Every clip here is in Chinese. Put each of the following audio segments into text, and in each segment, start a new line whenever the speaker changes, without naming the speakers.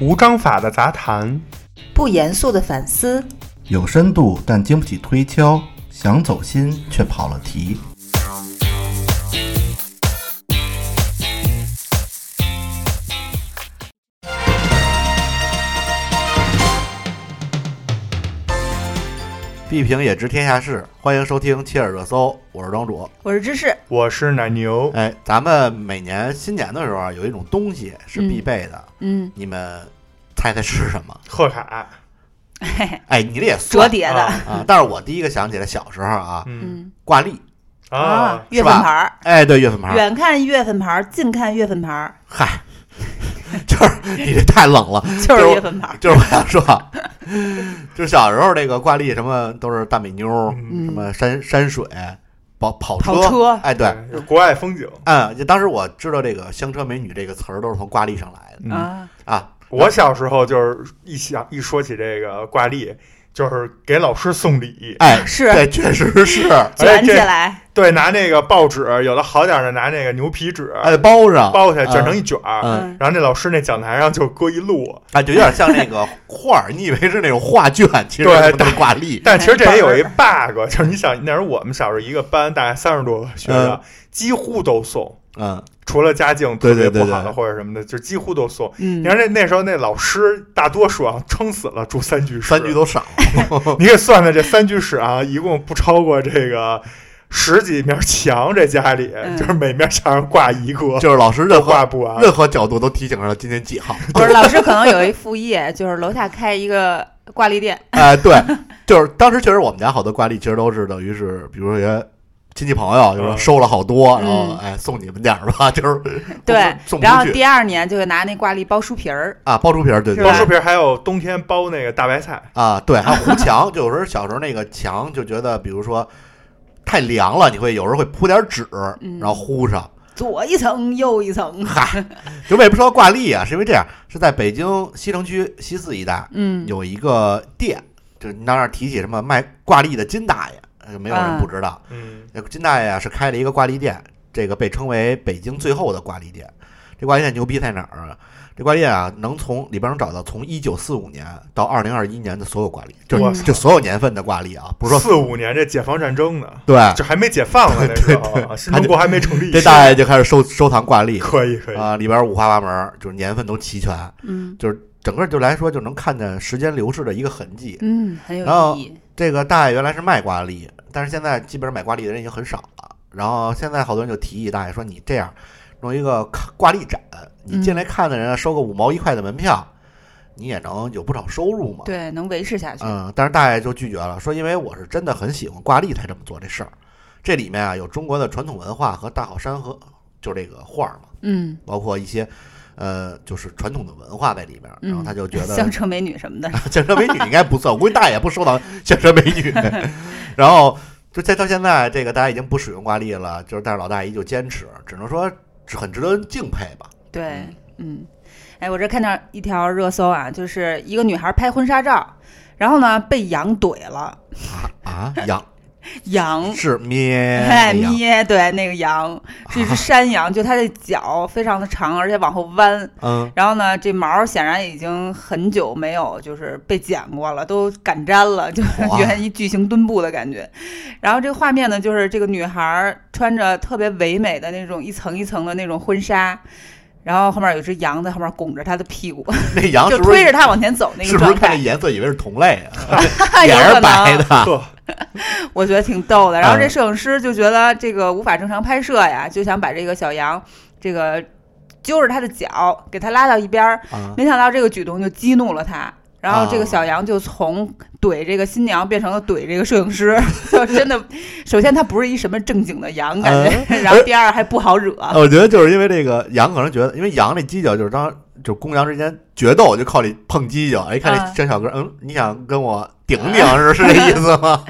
无章法的杂谈，
不严肃的反思，
有深度但经不起推敲，想走心却跑了题。必评也知天下事，欢迎收听切尔热搜，我是庄主。
我是芝士，
我是奶牛。
哎，咱们每年新年的时候啊，有一种东西是必备的，
嗯，
你们猜猜是什么？
贺卡，
嘿嘿，
哎，你这也
折
算
叠的，
啊
啊！但是我第一个想起来小时候啊，
嗯
嗯
挂历，
啊，
月份牌儿，
哎，对，月份牌，
远看月份牌儿，近看月份牌儿，
嗨， 就是你这太 冷了。
就是月份牌儿，
就是我想说啊，就是小时候这个挂历什么都是大美妞，
嗯，
什
嗯，
么山山水跑跑车，
跑车
哎，对，，
有国外风景。
嗯，就当时我知道这个香车美女这个词儿都是从挂历上来的
嗯，
啊，
啊。
我小时候就是一想一说起这个挂历，就是给老师送礼，
哎，
是
对，确实 是，
卷起来，
对，拿那个报纸，有的好点儿的拿那个牛皮纸
哎，包上
包起来卷成一卷儿，
嗯
嗯，
然后那老师那讲台上就搁一摞。
啊，就有点像那个画儿，你以为是那种画卷，其实
对
是那挂 历。
但其实这也有一 bug，就是你想那时候我们小时候一个班大概三十多个学生，几乎都送，
嗯，
除了家境特别
对对对
不好
对
的或者什么的，就几乎都送。
嗯
你，看那那时候那老师大多数啊，撑死了住三居室，
三句都少。
你给算算这三居室啊，一共不超过这个十几面墙，这家里、
嗯
就是每面墙上挂一个，
就是老师任
都
何
挂不完。
任何角度都提醒着今天几号。
不是老师可能有一副业， 就是楼下开一个挂历店，
哎，对，就是当时确实我们家好多挂历，其实都是等于是，比如说有些亲戚朋友，就是说
嗯
收了好多，
嗯
然后哎送你们点儿吧， 就是
对
送，不
然后
出去
第二年就会拿那挂历包书皮儿，
啊，包书皮儿，对
是
对
包
吧
书皮儿还有冬天包那个大白菜，
啊，对，还有糊墙，就有时候小时候那个墙就觉得，比如说太凉了，你会有时候会铺点纸，
嗯
然后糊上。
左一层右一层，
嗨，就为什么说挂历啊？是因为这样，是在北京西城区西四一带
嗯，
有一个店，就是你到那儿提起什么卖挂历的金大爷，呃没有人
啊
不知道。
嗯，
那金大爷啊是开了一个挂历店，这个被称为北京最后的挂历店。这挂历店牛逼在哪儿啊？这挂历店啊，能从里边能找到从一九四五年到二零二一年的所有挂历，就
我
是就所有年份的挂历啊，不是说
四五年这解放战争呢，
对。
就还没解放呢，那时候啊新中国还没成立。
这大爷就开始收收藏挂历
啊可以可以，
啊，里边五花八门儿，就是年份都齐全，
嗯
整个就来说就能看见时间流逝的一个痕迹。
嗯，很有
然后
意义，
这个大爷原来是卖挂历，但是现在基本上买挂历的人已经很少了。然后现在好多人就提议大爷说：“你这样弄一个看挂历展，你进来看的人啊收个五毛一块的门票，你也能有不少收入嘛。”
嗯对，能维持下去，
嗯，但是大爷就拒绝了，说：“因为我是真的很喜欢挂历才这么做这事儿。这里面啊有中国的传统文化和大好山河，就这个画儿嘛，
嗯。
包括一些呃就是传统的文化在里面。”然后他就 觉得
香车美女什么的，
香车美女应该不算，我估计大爷不收藏香车美 女。然后就再到现在，这个大家已经不使用挂历了，就是但是老大爷依旧坚持，只能说很值得敬佩吧。
对，嗯，哎，我这看到一条热搜啊，就是一个女孩拍婚纱照，然后呢被羊怼了，
啊，羊
羊，
是咩
嗯哎
羊
咩，对，那个羊是一 只山羊，就它的脚非常的长，而且往后弯，
嗯，
然后呢这毛显然已经很久没有就是被剪过了，都擀粘了，就是
哇
原一巨型墩布的感觉。然后这个画面呢，就是这个女孩穿着特别唯美的那种一层一层的那种婚纱。然后后面有只羊在后面拱着她的屁股，
那羊
就是
不
推着
是？
他往前走那
是
个
不是
状
看这
态，
颜色以为是同类啊？
有
也是
可
白
能，
的，
呵，
我觉得挺逗的。然后这
嗯
摄影师就觉得这个无法正常拍摄呀，就想把这个小羊这个揪着他的脚给他拉到一边儿，
啊
没想到这个举动就激怒了他。然后这个小羊就从怼这个新娘变成了怼这个摄影师， 就真的，首先它不是一什么正经的羊感
嗯
觉，然后第二还不好惹，
我觉得就是因为这个羊可能觉得，因为羊那犄角就是当就公羊之间决斗，就靠你碰犄角。一看
啊
这小小哥，嗯，你想跟我顶 顶是是这意思吗？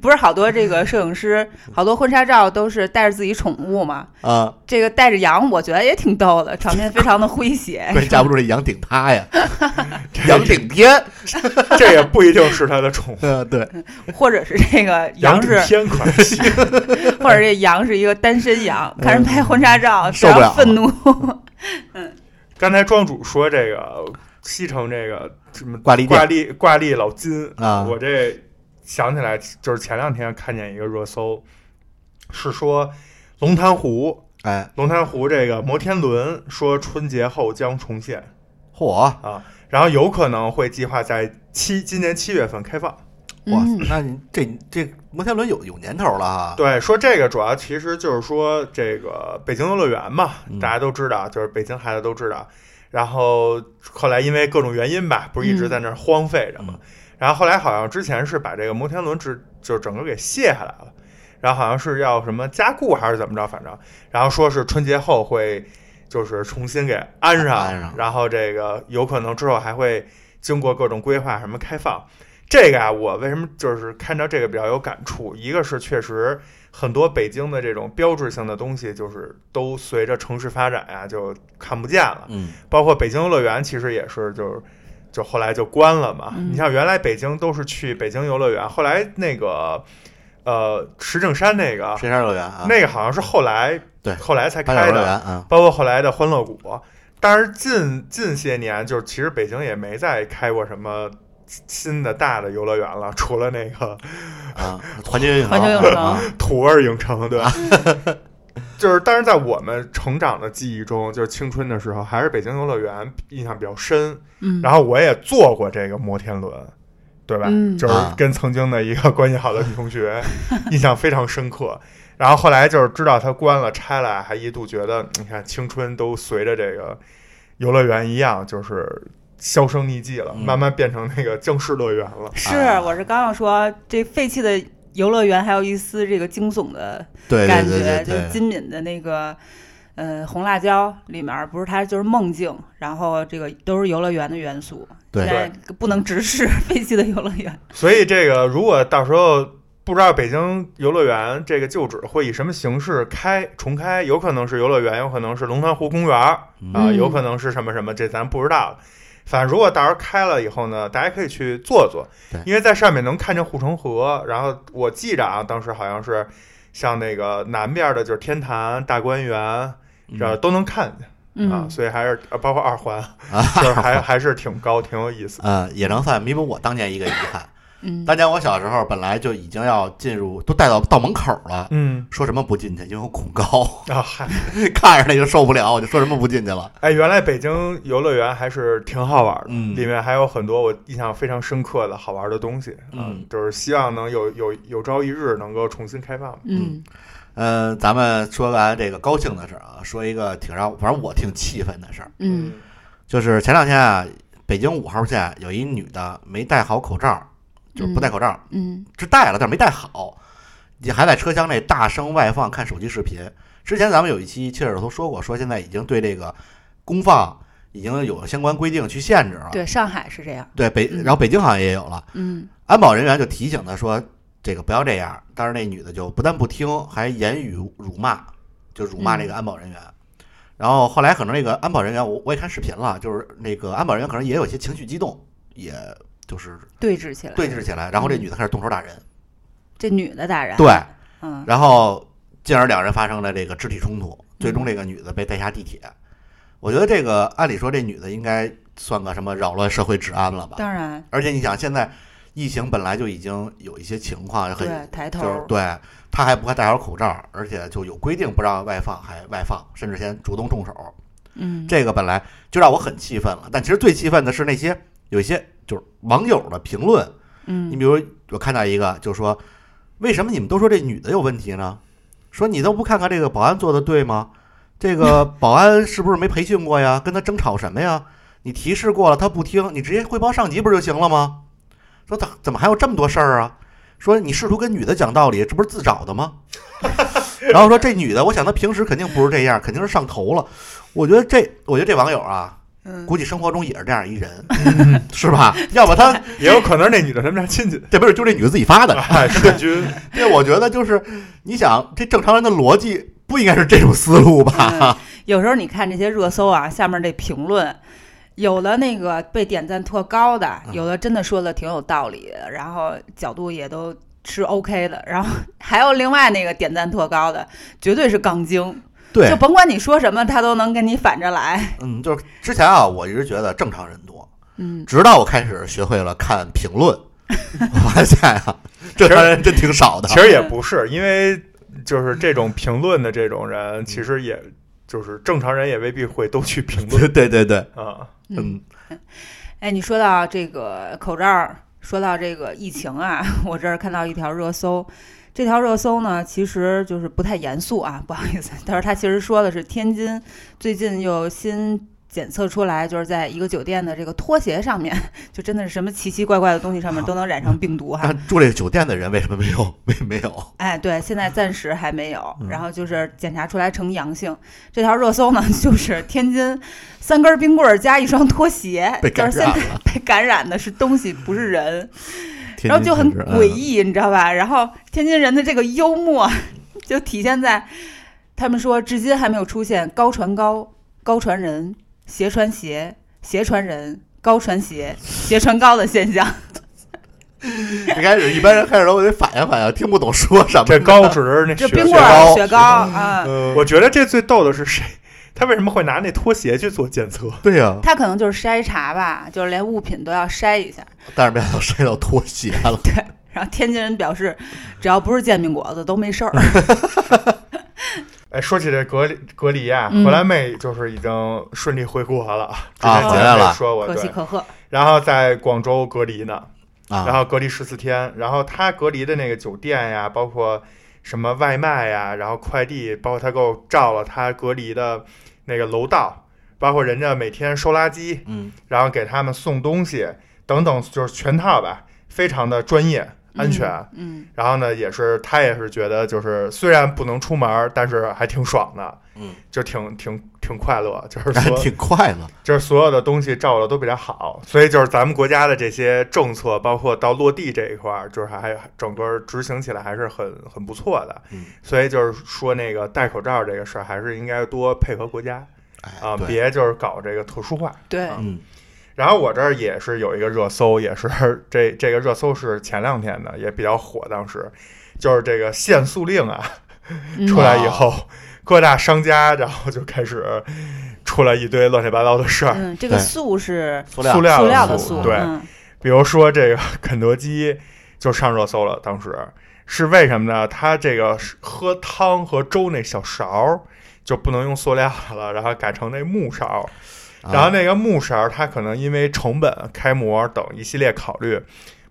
不是好多这个摄影师，好多婚纱照都是带着自己宠物嘛，
啊，
这个带着羊，我觉得也挺逗的，场面非常的诙谐。
关键架不住这羊顶他呀，
这
羊顶天。
这也不一定是他的宠物，
嗯，对，
或者是这个
羊
羊
顶
是，
天款。
或者这羊是一个单身 羊，
嗯
看人拍婚纱照，
受不了
非常愤怒。
刚才庄主说这个西城这个什么
挂历店
挂历挂历老金
啊
我这想起来就是前两天看见一个热搜，是说龙潭湖，
哎，
龙潭湖这个摩天轮说春节后将重现
嚯，
啊，然后有可能会计划在七今年七月份开放。
哇
嗯，
那你这这摩天轮有有年头了哈。
对，说这个主要其实就是说这个北京游乐园嘛，
嗯
大家都知道，就是北京孩子都知道。然后后来因为各种原因吧，不是一直在那
嗯
儿荒废着嘛。然后后来好像之前是把这个摩天轮只就整个给卸下来了，然后好像是要什么加固还是怎么着，反正然后说是春节后会就是重新给安上，
安上
然后这个有可能之后还会经过各种规划什么开放。这个啊，我为什么就是看到这个比较有感触？一个是确实很多北京的这种标志性的东西，就是都随着城市发展啊，就看不见了。
嗯，
包括北京游乐园，其实也是就是就后来就关了嘛。
嗯
你像原来北京都是去北京游乐园，后来那个呃石景山那个
水上乐园啊，
那个好像是后来
对
后来才
八角
开
乐
的，
园啊，
包括后来的欢乐谷。但是近近些年，就是其实北京也没再开过什么新的大的游乐园了，除了那个
啊，环球影
环球影
城
城
啊，
土味影城，对吧？ 就是，但是在我们成长的记忆中，就是青春的时候，还是北京游乐园印象比较深。
嗯，
然后我也坐过这个摩天轮，对吧？
嗯
就是跟曾经的一个关系好的女同学 印象非常深刻。然后后来就是知道它关了拆了，还一度觉得嗯你看青春都随着这个游乐园一样，就是销声匿迹了，
嗯
慢慢变成那个正式乐园了。
是，
啊
我是刚要说这废弃的游乐园还有一丝这个惊悚的
对对
感
对
觉，
对
就是
对，
金敏的那个。呃，红辣椒里面不是它就是梦境，然后这个都是游乐园的元素，
对
现在不能直视 废弃的游乐园。
所以这个如果到时候不知道北京游乐园这个旧址会以什么形式开重开，有可能是游乐园，有可能是龙潭湖公园儿啊，
嗯
有可能是什么什么，这咱不知道了。反正如果到时候开了以后呢，大家可以去坐坐
对，
因为在上面能看见护城河。然后我记着啊，当时好像是像那个南边的就是天坛、大观园，这
嗯
都能看见、啊
嗯，，
所以还是呃包括二环，就是还还是挺高，挺有意思的。
呃，也能算弥补我当年一个遗憾。
嗯，
当年我小时候本来就已经要进入，都带到到门口了，
嗯
说什么不进去，因为我恐高，
啊，嗨。
看着那就受不了，我就说什么不进去了。
哎，原来北京游乐园还是挺好玩的，
嗯
里面还有很多我印象非常深刻的好玩的东西，
嗯
就是希望能有有有朝一日能够重新开放。
嗯
呃，咱们说完这个高兴的事儿啊，说一个挺让，反正我挺气愤的事儿，
嗯，
就是前两天啊，北京五号线有一女的没戴好口罩，就是不戴口罩，
嗯
是戴了，但是没戴好，也还在车厢内大声外放看手机视频。之前咱们有一期切耳朵说过，说现在已经对这个公放已经有相关规定去限制了。
对，上海是这样。
对北，
嗯
然后北京好像也有了。
嗯
安保人员就提醒他说：“这个不要这样。”当时那女的就不但不听，还言语辱骂，就辱骂
嗯
那个安保人员。然后后来可能那个安保人员，我我也看视频了，就是那个安保人员可能也有些情绪激动，也就是
对峙起来。
对峙起来。然后这
嗯
女的开始动手打人，
这女的打人。
对，
嗯，
然后进而两人发生了这个肢体冲突，最终
嗯
这个女的被带下地铁。我觉得这个按理说这女的应该算个什么扰乱社会治安了吧？
当然，
而且你想，现在疫情本来就已经有一些情况很
对，抬
就是
头。
对他还不该戴好口罩，而且就有规定不让外放，还外放，甚至先主动动手，
嗯，
这个本来就让我很气愤了。但其实最气愤的是那些有一些就是网友的评论，你
嗯
比如我看到一个就说，为什么你们都说这女的有问题呢？说你都不看看这个保安做的对吗？这个保安是不是没培训过呀？跟他争吵什么呀？你提示过了，他不听，你直接汇报上级不是就行了吗？说怎怎么还有这么多事儿啊？说你试图跟女的讲道理，这不是自找的吗？然后说这女的，我想她平时肯定不是这样，肯定是上头了。我觉得这，我觉得这网友啊，
嗯，
估计生活中也是这样一人，是吧？要不他
也有可能那女的他们家亲戚
这不是就这女的自己发的，
啊，弑君，
对，我觉得就是你想，这正常人的逻辑不应该是这种思 路吧？
有时候你看这些热搜啊，下面这评论，有的那个被点赞特高的，
嗯
有的真的说的挺有道理的，然后角度也都是 OK 的，然后 还有另外那个点赞特高的，绝对是杠精，就
对，
甭管你说什么，他都能跟你反着来。
嗯，就是之前啊，我一直觉得正常人多，
嗯，
直到我开始学会了看评论，我发现啊，这帮人真挺少的。
其实也不是，因为就是这种评论的这种人，其实也就是正常人也未必会都去评论
对对对对，
啊。
嗯，
哎，你说到这个口罩儿，说到这个疫情啊， 我这儿看到一条热搜，这条热搜呢，其实就是不太严肃啊， 不好意思，但是它其实说的是天津最近又新。检测出来，就是在一个酒店的这个拖鞋上面， 就真的是什么奇奇怪怪的东西上面都能染上病毒哈、啊
那住这个酒店的人为什么没有没没有？
哎，对，现在暂时还没有
嗯。
然后就是检查出来呈阳性，这条热搜呢， 就是天津三根冰棍儿加一双拖鞋，
被感
就是现
染
在
了
被感染的是东西，不是人，
天津嗯
然后就很
市
诡。异，你知道吧？然后天津人的这个幽默 就体现在他们说，至今还没有出现高传高、高传人、鞋传鞋、鞋传人、高传鞋、鞋传高的现 象。
嗯一开始一般人开始都得反应反应，听不懂说什么。
这高指的是那
这
雪
冰
雪
棍儿、
糕，
雪糕啊。
嗯，
我觉得这最逗的是谁？他为什么会拿那拖鞋去做检测？
对呀，
他可能就是筛查吧，就是连物品都要筛一下。
但是没想到摔到拖鞋了。
然后天津人表示，只要不是煎饼果子都没事儿。
嗯哎，说起这隔离隔离啊，
嗯
荷兰妹就是已经顺利回国了之前
回
啊来了
说我
可喜
对，
可贺。
然后在广州隔离呢，然
啊，
后隔离十四天，然后他隔离的那个酒店呀，包括什么外卖呀，然后快递，包括他给我照了他隔离的那个楼道，包括人家每天收垃圾，
嗯，
然后给他们送东西等等，就是全套吧，非常的专业安全。
嗯，
然后呢，也是他也是觉得，就是虽然不能出门，但是还挺爽的，
嗯，
就挺挺挺快 乐，就是
还
说，
挺快乐。
就是所有的东西照的都比较好，所以就是咱们国家的这些政策，包括到落地这一块儿，就是还整个执行起来还是很很不错的。
嗯，
所以就是说那个戴口罩这个事儿，还是应该多配合国家
哎，
啊，
对，
别就是搞这个特殊化。
嗯对，
嗯
然后我这儿也是有一个热搜，也是 这这个热搜是前两天的，也比较火，当时就是这个限塑令啊
嗯
出来以后，各大商家然后就开始出来一堆乱七八糟的事儿，
嗯，这个
对
素是
塑
塑料
塑料的
塑
素，
对，
嗯
比如说这个肯德基就上热搜了，当时是为什么呢？它这个是喝汤和粥那小勺儿就不能用塑料了，然后改成那木勺儿，
啊
然后那个木勺儿它可能因为成本、开模等一系列考虑。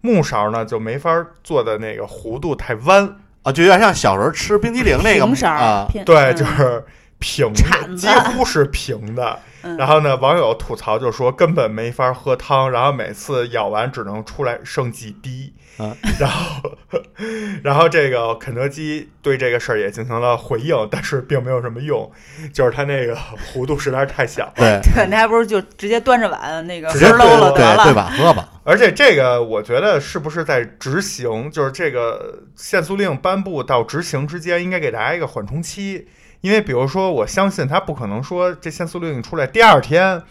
木勺儿呢就没法做的那个弧度太弯，
啊，就有点像小时候吃冰激凌那个
平勺儿
啊，，
偏
对，
嗯
就是平的，
铲子
几乎是平的。
嗯
然后呢，网友吐槽就说根本没法喝汤，然后每次舀完只能出来剩几滴。
啊
然后，然后这个肯德基对这个事儿也进行了回应，但是并没有什么用，就是它那个弧度实在是太小。
对，
对，那还不如就直接端着碗那个
直
直
接
搂了
喝
得
对对
了。
吧？喝吧，
而且这个，我觉得是不是在执行，就是这个限塑令颁布到执行之间，应该给大家一个缓冲期。因为比如说，我相信他不可能说这限塑令一出来第二天，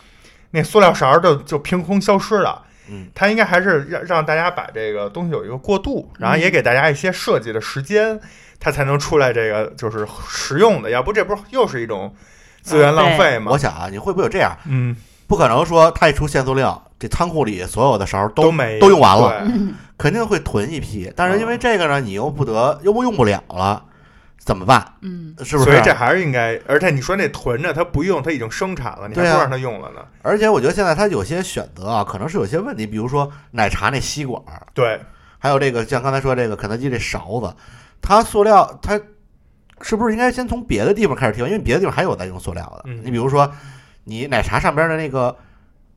那塑料勺儿就就凭空消失了。
嗯，
他应该还是让让大家把这个东西有一个过渡，然后也给大家一些设计的时间，它才能出来这个就是实用的。要不这不是又是一种资源浪费吗
我？想啊，你会不会有这样？
嗯，
不可能说他一出限塑令，这仓库里所有的勺都
都没嗯
都用完了，
了。
肯定会囤一批。但是因为这个呢，你又不得又不用不了了，怎么办？
嗯，
是不
所以
是？
这还是应该，而且你说那囤着它不用，它已经生产了，你还
对啊
不让它用了呢？
而且我觉得现在他有些选择啊，可能是有些问题，比如说奶茶那吸管儿，
对，
还有这个像刚才说这个肯德基这勺子，它塑料它是不是应该先从别的地方开始替换？因为别的地方还有在用塑料的。
嗯
你比如说，你奶茶上边的那个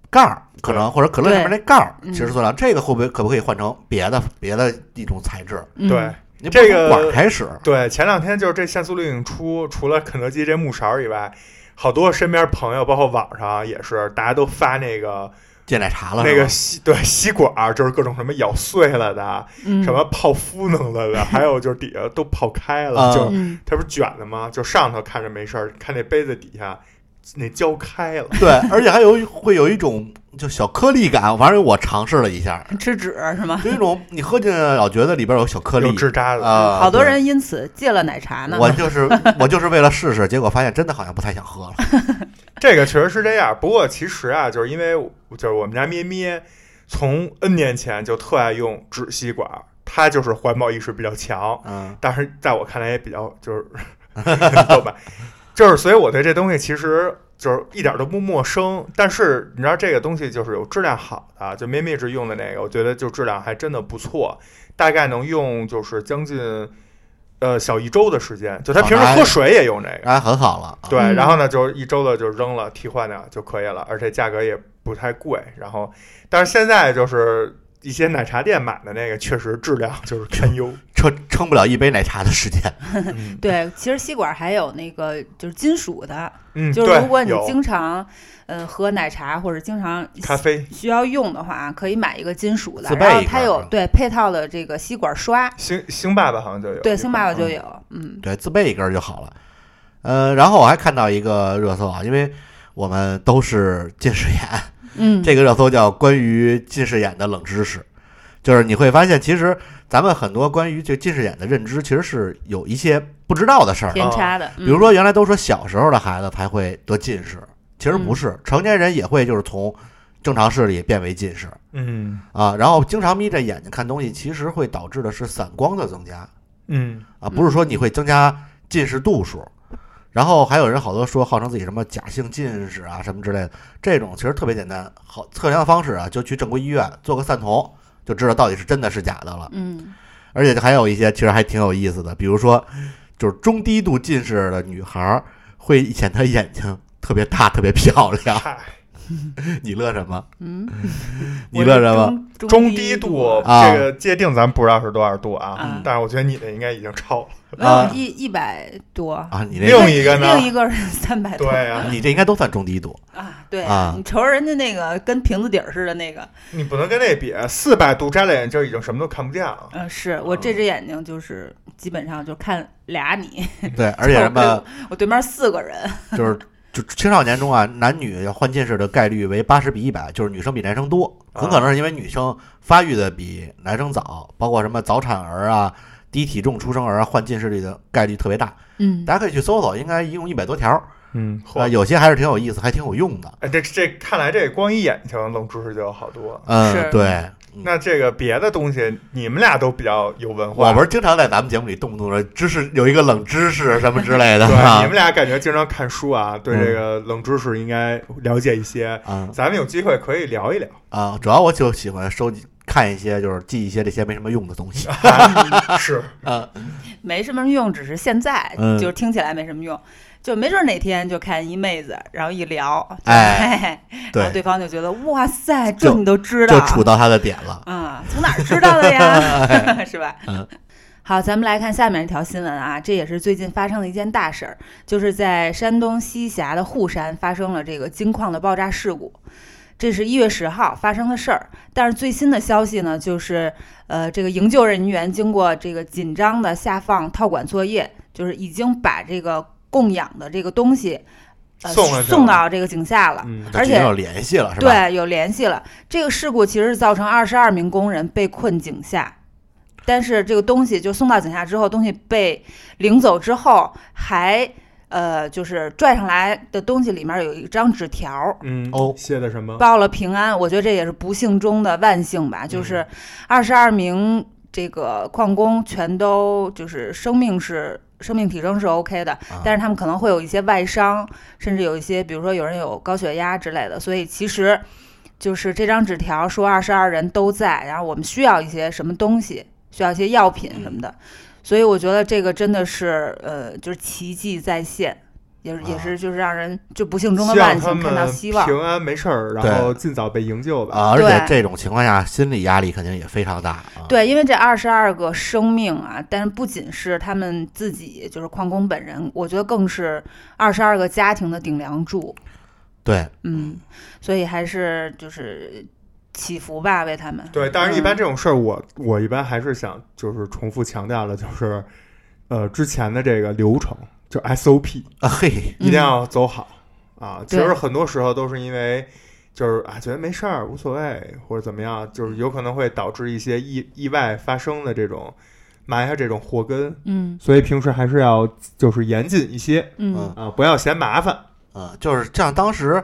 盖儿，可能或者可乐上面那盖儿
嗯
其实塑料，这个会不会可不可以换成别的别的一种材质？
嗯
对、，
你不
这
从
个
管儿开始，
对，前两天就是这限塑令出，除了肯德基这木勺以外，好多身边朋友，包括网上也是，大家都发那个
戒奶茶了
那
是吧
个吸对吸管儿，就是各种什么咬碎了的，
嗯
什么泡芙弄了 的，还有就是底下都泡开了，
啊
就
嗯，
它不是卷的吗？就上头看着没事儿，看那杯子底下那胶开了。
对，而且还有一会有一种就小颗粒感，反正我尝试了一下，
吃纸是吗？
就一种你喝进去老觉得里边有小颗
有
粒
纸扎的，
啊，
好多
对
人因此戒了奶茶呢。
我就是我就是为了试试，结果发现真的好像不太想喝了。
这个确实是这样。不过其实啊，就是因为我就是我们家咩咩从 N 年前就特爱用纸吸管，它就是环保意识比较强，
嗯
但是在我看来也比较就是 够吧，就是所以我对这东西其实就是一点都不陌生。但是你知道这个东西就是有质量好的，啊就咩咩是用的那个，我觉得就质量还真的不错，大概能用就是将近呃小一周的时间。就他平时
好那
喝水也用这个，
那还很好了。啊
对，
嗯
然后呢就一周的就扔了替换掉就可以了，而且价格也不太贵。然后但是现在就是。一些奶茶店买的那个确实质量就是 堪 忧，
撑撑不了一杯奶茶的时间。
嗯
对，其实吸管还有那个就是金属的，
嗯，
就是
对
如果你
有
经常呃喝奶茶或者经常
咖啡
需要用的话，啊可以买一个金属的，
自备
然后
一
它
个
有
嗯
对配套的这个吸管刷，
星星爸爸好像就有，
对，星爸爸就
嗯
有，嗯
对，自备一根儿就好了。呃，然后我还看到一个热搜啊，因为我们都是近视眼，
嗯，
这个热搜叫关于近视眼的冷知识，就是你会发现，其实咱们很多关于这个近视眼的认知，其实是有一些不知道的事儿。
偏差的，
啊
嗯
比如说，原来都说小时候的孩子才会得近视，其实不是，成年人也会就是从正常视力变为近视
嗯
啊。然后经常眯着眼睛看东西，其实会导致的是散光的增加
嗯
啊，不是说你会增加近视度数。然后还有人好多说号称自己什么假性近视啊什么之类的，这种其实特别简单，好测量的方式啊，就去正规医院做个散瞳，就知道到底是真的是假的了。
嗯
而且还有一些其实还挺有意思的，比如说，就是中低度近视的女孩儿会显得眼睛特别大、特别漂亮。
嗨，
你乐什么？
嗯，
你
我
乐
是
什么？
中
中
低
低度
啊
这个界定咱不知道是多少度啊
啊，
但是我觉得你的应该已经超了，
没有
啊
嗯一一百多，
啊？你
另
这
一个呢
另一个是 三百多，
对 啊，
你这应该都算中低度
啊，对
啊
你瞅瞅人家那个跟瓶子底儿似的那个，
你不能跟那比，四百度摘了眼镜已经什么都看不见了，
嗯，是我这只眼睛就是基本上就看俩你，
对，而且什么
我对面四个人，
就是就青少年中啊，男女患近视的概率为八十比一百，就是女生比男生多，很可能是因为女生发育的比男生早，包括什么早产儿啊、低体重出生儿啊，患近视率的概率特别大。
嗯
大家可以去搜搜，应该一共一百多条儿，
嗯，
啊，有些还是挺有意思，还挺有用的。
哎这这看来这光一眼睛冷知识就有好多。
嗯，
是
对，嗯
那这个别的东西，你们俩都比较有文化，
我们经常在咱们节目里动不动说知识有一个冷知识什么之类的，
对你
啊
们俩感觉经常看书啊，对
嗯
这个冷知识应该了解一些。
啊
咱们有机会可以聊一聊，
啊！主要我就喜欢收集看一些，就是记一些这些没什么用的东西
是
啊。
没什么用，只是现在、
嗯
就是听起来没什么用，就没准哪天就看一妹子，然后一聊，就
哎，
然后对
对，
方就觉得哇塞，
就
这你都知道
就
啊，
杵到他的点了。
啊，从哪儿知道的
哎
呀？ 是吧？
嗯
好，咱们来看下面一条新闻啊，这也是最近发生的一件大事儿，就是在山东西峡的户山发生了这个金矿的爆炸事故，这是一月十号发生的事儿。但是最新的消息呢，就是呃，这个营救人员经过这个紧张的下放套管作业，就是已经把这个供氧的这个东西呃
送上去了
送到这个井下了。
嗯，
而且
已经有联系了，是吧？
对，有联系了。这个事故其实是造成二十二名工人被困井下，但是这个东西就送到井下之后，东西被领走之后，还呃就是拽上来的东西里面有一张纸条。
嗯，
哦
写的什么？
报了平安，我觉得这也是不幸中的万幸
嗯
吧。就是二十二名这个矿工全都就是生命是生命体征是 OK 的，
啊
但是他们可能会有一些外伤，甚至有一些，比如说有人有高血压之类的。所以其实就是这张纸条说二十二人都在，然后我们需要一些什么东西，需要一些药品什么的。
嗯
所以我觉得这个真的是呃，就是奇迹再现。也是也是，就是让人就不幸中的
啊希望
万
他
幸，看到
们
希望。
平安没事儿，然后尽早被营救吧。
啊，而且
对
这种情况下心理压力肯定也非常大啊。
对，因为这二十二个生命啊，但是不仅是他们自己，就是矿工本人，我觉得更是二十二个家庭的顶梁柱。
对，
嗯，所以还是就是祈福吧，为他们。
对，但是一般
嗯
这种事儿，我我一般还是想就是重复强调的，就是呃之前的这个流程，就 SOP
啊嘿，
一定要走好啊。其
嗯对
实很多时候都是因为就是啊觉得没事儿无所谓或者怎么样，就是有可能会导致一些意意外发生的这种埋下这种祸根，
嗯
所以平时还是要就是严谨一些
嗯
啊，不要嫌麻烦。
嗯，就是像当时，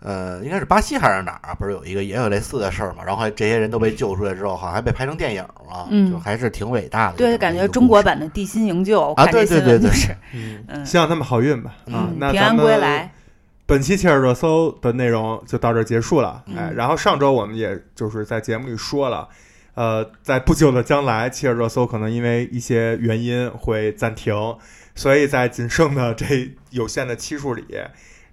呃，应该是巴西还是哪儿啊，不是有一个也有类似的事儿嘛？然后后来这些人都被救出来之后，好像还被拍成电影了，
嗯
就还是挺伟大的。
对，感觉中国版的地心营救，我
啊
看这
对
新
对
闻
对
就
对
是，
嗯
嗯
希望他们好运吧。啊
嗯，
那
平
咱
安
们
归来，
本期切尔热搜的内容就到这儿结束了。哎，
嗯
然后上周我们也就是在节目里说了，呃，在不久的将来，切尔热搜可能因为一些原因会暂停，所以在仅剩的这有限的期数里，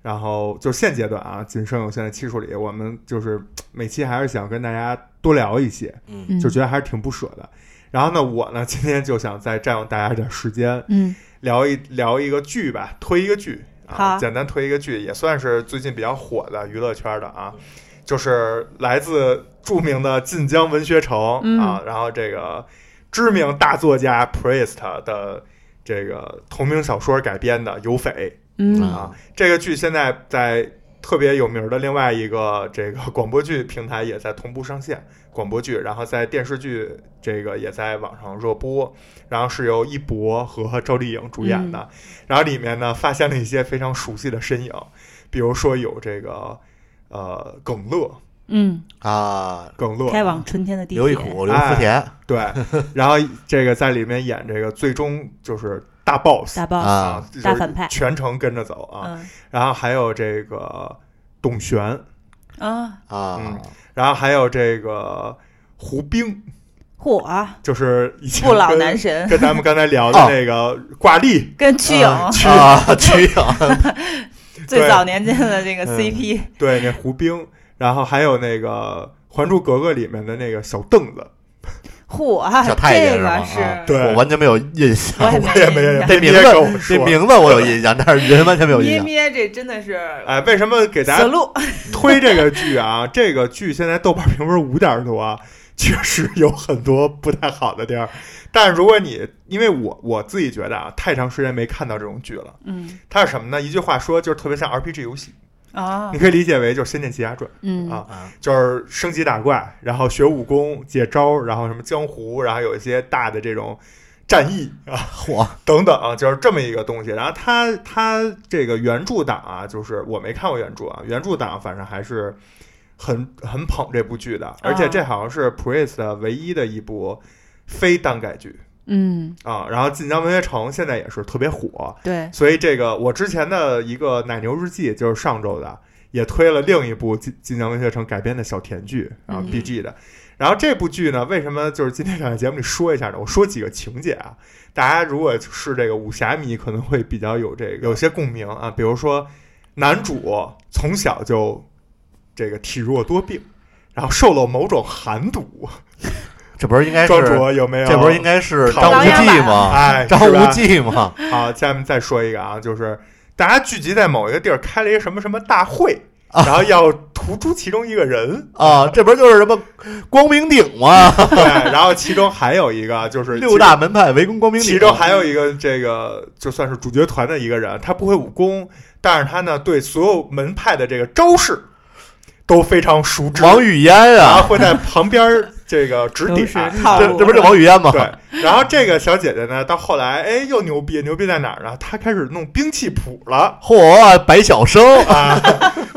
然后就现阶段啊，仅剩有限的期数里，我们就是每期还是想跟大家多聊一些，
嗯，
嗯
就觉得还是挺不舍的。然后呢，我呢今天就想再占用大家一点时间，
嗯
聊一聊一个剧吧，推一个剧啊，
好
简单推一个剧，也算是最近比较火的娱乐圈的啊，就是来自著名的晋江文学城、
嗯
啊，然后这个知名大作家 Priest 的这个同名小说改编的《有匪》
嗯
啊，这个剧现在在。特别有名的另外一个这个 广播剧平台也在同步上线广播剧，然后在电视剧这个也在网上热播，然后是由一博和赵丽颖主演
嗯
的，然后里面呢发现了一些非常熟悉的身影，比如说有这个呃耿乐，
嗯，
啊，
耿乐
开往春天的地铁，
刘一苦、刘福田
对，然后这个在里面演这个最终就是大 boss
大 boss，
啊，
就是
大反派
全程跟着走啊，
嗯
然后还有这个董璇，
啊，
啊
嗯，然后还有这个胡兵，
嚯啊，
就是以前
不老
跟
男 神，
跟咱们刚才聊
哦
的那个挂历，
跟曲 颖
啊
啊，曲颖，
最
对
早年间的这个
嗯
CP，
对，那胡兵，然后还有那个《还珠格格》里面的那个小凳子，
嚯啊，
小太监
这个
是吗啊
对
我完全没有印象
我。也
我也没
印象
这
别
名
跟我
字，
说
这名字我有印象，但是人完全没有印
咩
象。
咩，这真的是
哎，为什么给大
死
家
路，
推这个剧啊？ 这个剧现在豆瓣评分五点多啊，确实有很多不太好的地儿。但是如果你，因为我我自己觉得啊，太长时间没看到这种剧了。
嗯
它是什么呢？一句话说，就是特别像 RPG 游戏，
啊
你，可以理解为就是《仙剑奇侠传》。
嗯
啊
啊
就是升级打怪，然后学武功、解招，然后什么江湖，然后有一些大的这种战役啊
嚯，
等等啊，就是这么一个东西。然后它它这个原著党啊，就是我没看过原著啊，原著党反正还是很很捧这部剧的，而且这好像是 Priest 唯一的一部非耽改剧
嗯，
啊。然后晋江文学城现在也是特别火，
对，
所以这个我之前的一个奶牛日记就是上周的，也推了另一部晋晋江文学城改编的小甜剧啊
嗯
BG 的。然后这部剧呢，为什么就是今天想在节目里说一下呢？我说几个情节啊，大家如果是这个武侠迷，可能会比较有这个有些共鸣啊。比如说，男主从小就这个体弱多病，然后受了某种寒毒。
这哎不是应该
庄
是
主有没有？
这不是应该是张无
琅琊
忌
榜
吗？
哎，
张
是吧
无忌吗？
好，下面再说一个啊，就是大家聚集在某一个地儿开了一个什么什么大会，
啊，
然后要突出其中一个人
啊，这不是就是什么光明顶吗？
对，然后其中还有一个啊就是
六大门派围攻光明
其
顶，
中，其中还有一个这个就算是主角团的一个人，他不会武功，但是他呢对所有门派的这个招式都非常熟知，
王语嫣
然后
啊，
会在旁边 儿这个指
都
点，
是套
这
路，
这不是王语嫣
啊
吗？
对，然后这个小姐姐呢，到后来哎又牛逼，牛逼在哪儿呢？她开始弄兵器谱了。
嚯，白晓生，
啊，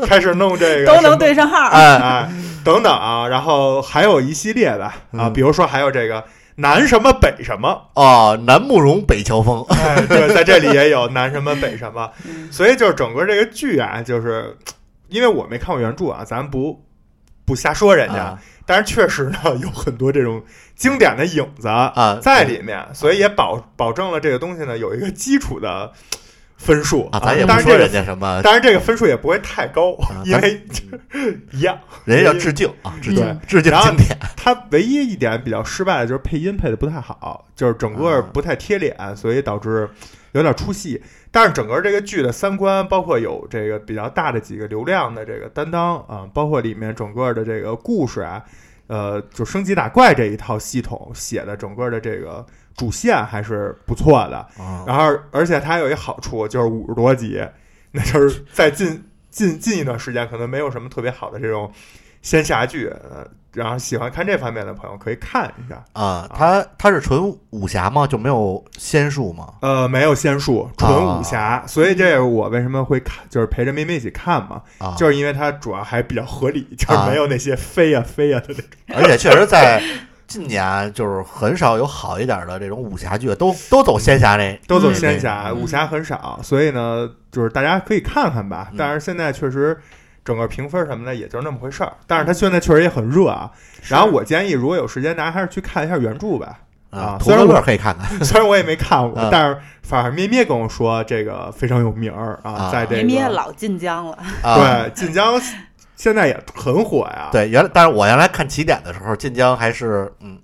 开始弄这个
都
什么
能对上号，
哎，
哎，等等啊，然后还有一系列的啊，
嗯
比如说还有这个南什么北什么，
哦，南慕容北乔峰，
哎，对，在这里也有南什么北什么，
嗯
所以就是整个这个剧啊，就是因为我没看过原著啊，咱不不瞎说人家，
啊
但是确实呢有很多这种经典的影子
啊
在里面，所以也保保证了这个东西呢有一个基础的分数
啊，咱也不
当然
说
这个
人家什么，
当然，这个分数也不会太高
呃啊，
因为一样。
人家要致敬啊，致
对
敬，
嗯
致敬
然后
经典
它唯一一点比较失败的就是配音配的不太好，就是整个不太贴脸，所以导致有点出戏。但是整个这个剧的三观，包括有这个比较大的几个流量的这个担当啊，包括里面整个的这个故事啊，呃，就升级打怪这一套系统写的整个的这个主线还是不错的。
啊，
然后，而且它有一好处就是五十多集，那就是在进近近一段时间可能没有什么特别好的这种仙侠剧，呃然后喜欢看这方面的朋友可以看一下。
啊，它它是纯武侠吗？就没有仙术吗？
呃，没有仙术，纯武侠，所以这我为什么会看，就是陪着妹妹一起看嘛，
啊，
就是因为它主要还比较合理，就是没有那些飞呀、飞呀、的那种。
而且确实在近年就是很少有好一点的这种武侠剧，都都走仙侠那
都走
嗯
仙侠，
嗯
武侠很少，所以呢，就是大家可以看看吧
嗯。
但是现在确实整个评分什么的也就是那么回事儿，但是它现在确实也很热啊。然后我建议，如果有时间，大家还是去看一下原著 吧。
啊
啊，
图个乐可以看 看
虽然我也没看
嗯
过，但是反正咩咩跟我说这个非常有名儿
啊
啊，在这
咩咩
个
老晋江了，
啊。
对晋江现在也很火呀，，
对，原来但是我原来看起点的时候，晋江还是嗯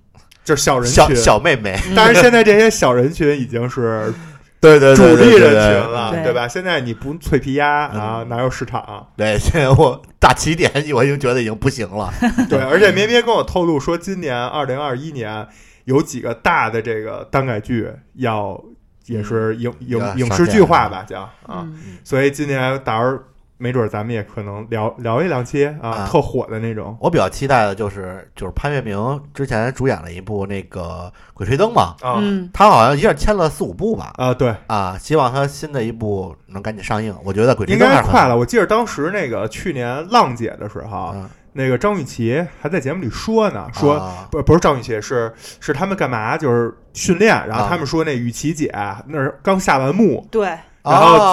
就是小人
小
群。
小妹妹，
但 是现在这些小人群已经是
对 对
主
对
力
对
人群
对嗯对
了，
对
对吧？现在你不脆皮鸭啊，哪有市场啊？
对，现在我打起点，我已经觉得已经不行了。
对，而且咩咩跟我透露说，今年二零二一年有几个大的这个耽改剧要也是影影
嗯要
影
上
视
线
剧化
了
吧，叫啊，
嗯，
所以今年到时候没准咱们也可能聊聊一两期
啊
啊，特火的那种
我比较期待的就是就是潘粤明之前主演了一部那个《鬼吹灯》嘛，
啊
嗯
他好像一下签了四五部吧，
啊，对，
啊，希望他新的一部能赶紧上映。我觉得《鬼吹
应
灯》还
该
是很
快了。我记得当时那个去年浪姐的时候，
嗯
那个张雨绮还在节目里说呢，说
啊
不不是张雨绮，是是他们干嘛？就是训练，然后
啊
他们说那雨绮姐啊那儿刚下完幕，
对，
然
哦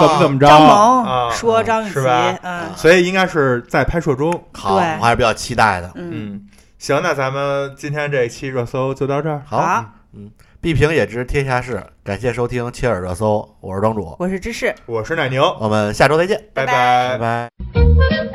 后怎么怎么着，
张
啊
萌说张雨绮
是吧，啊
嗯
所以应该是在拍摄中。
好，我
对
还是比较期待的。
嗯，
嗯，行，那咱们今天这一期热搜就到这儿。嗯
好，必评也知天下事，感谢收听切耳热搜，我是庄主，
我是芝士，
我是奶牛，
我们下周再见，
拜
拜拜
拜拜。
Thank you.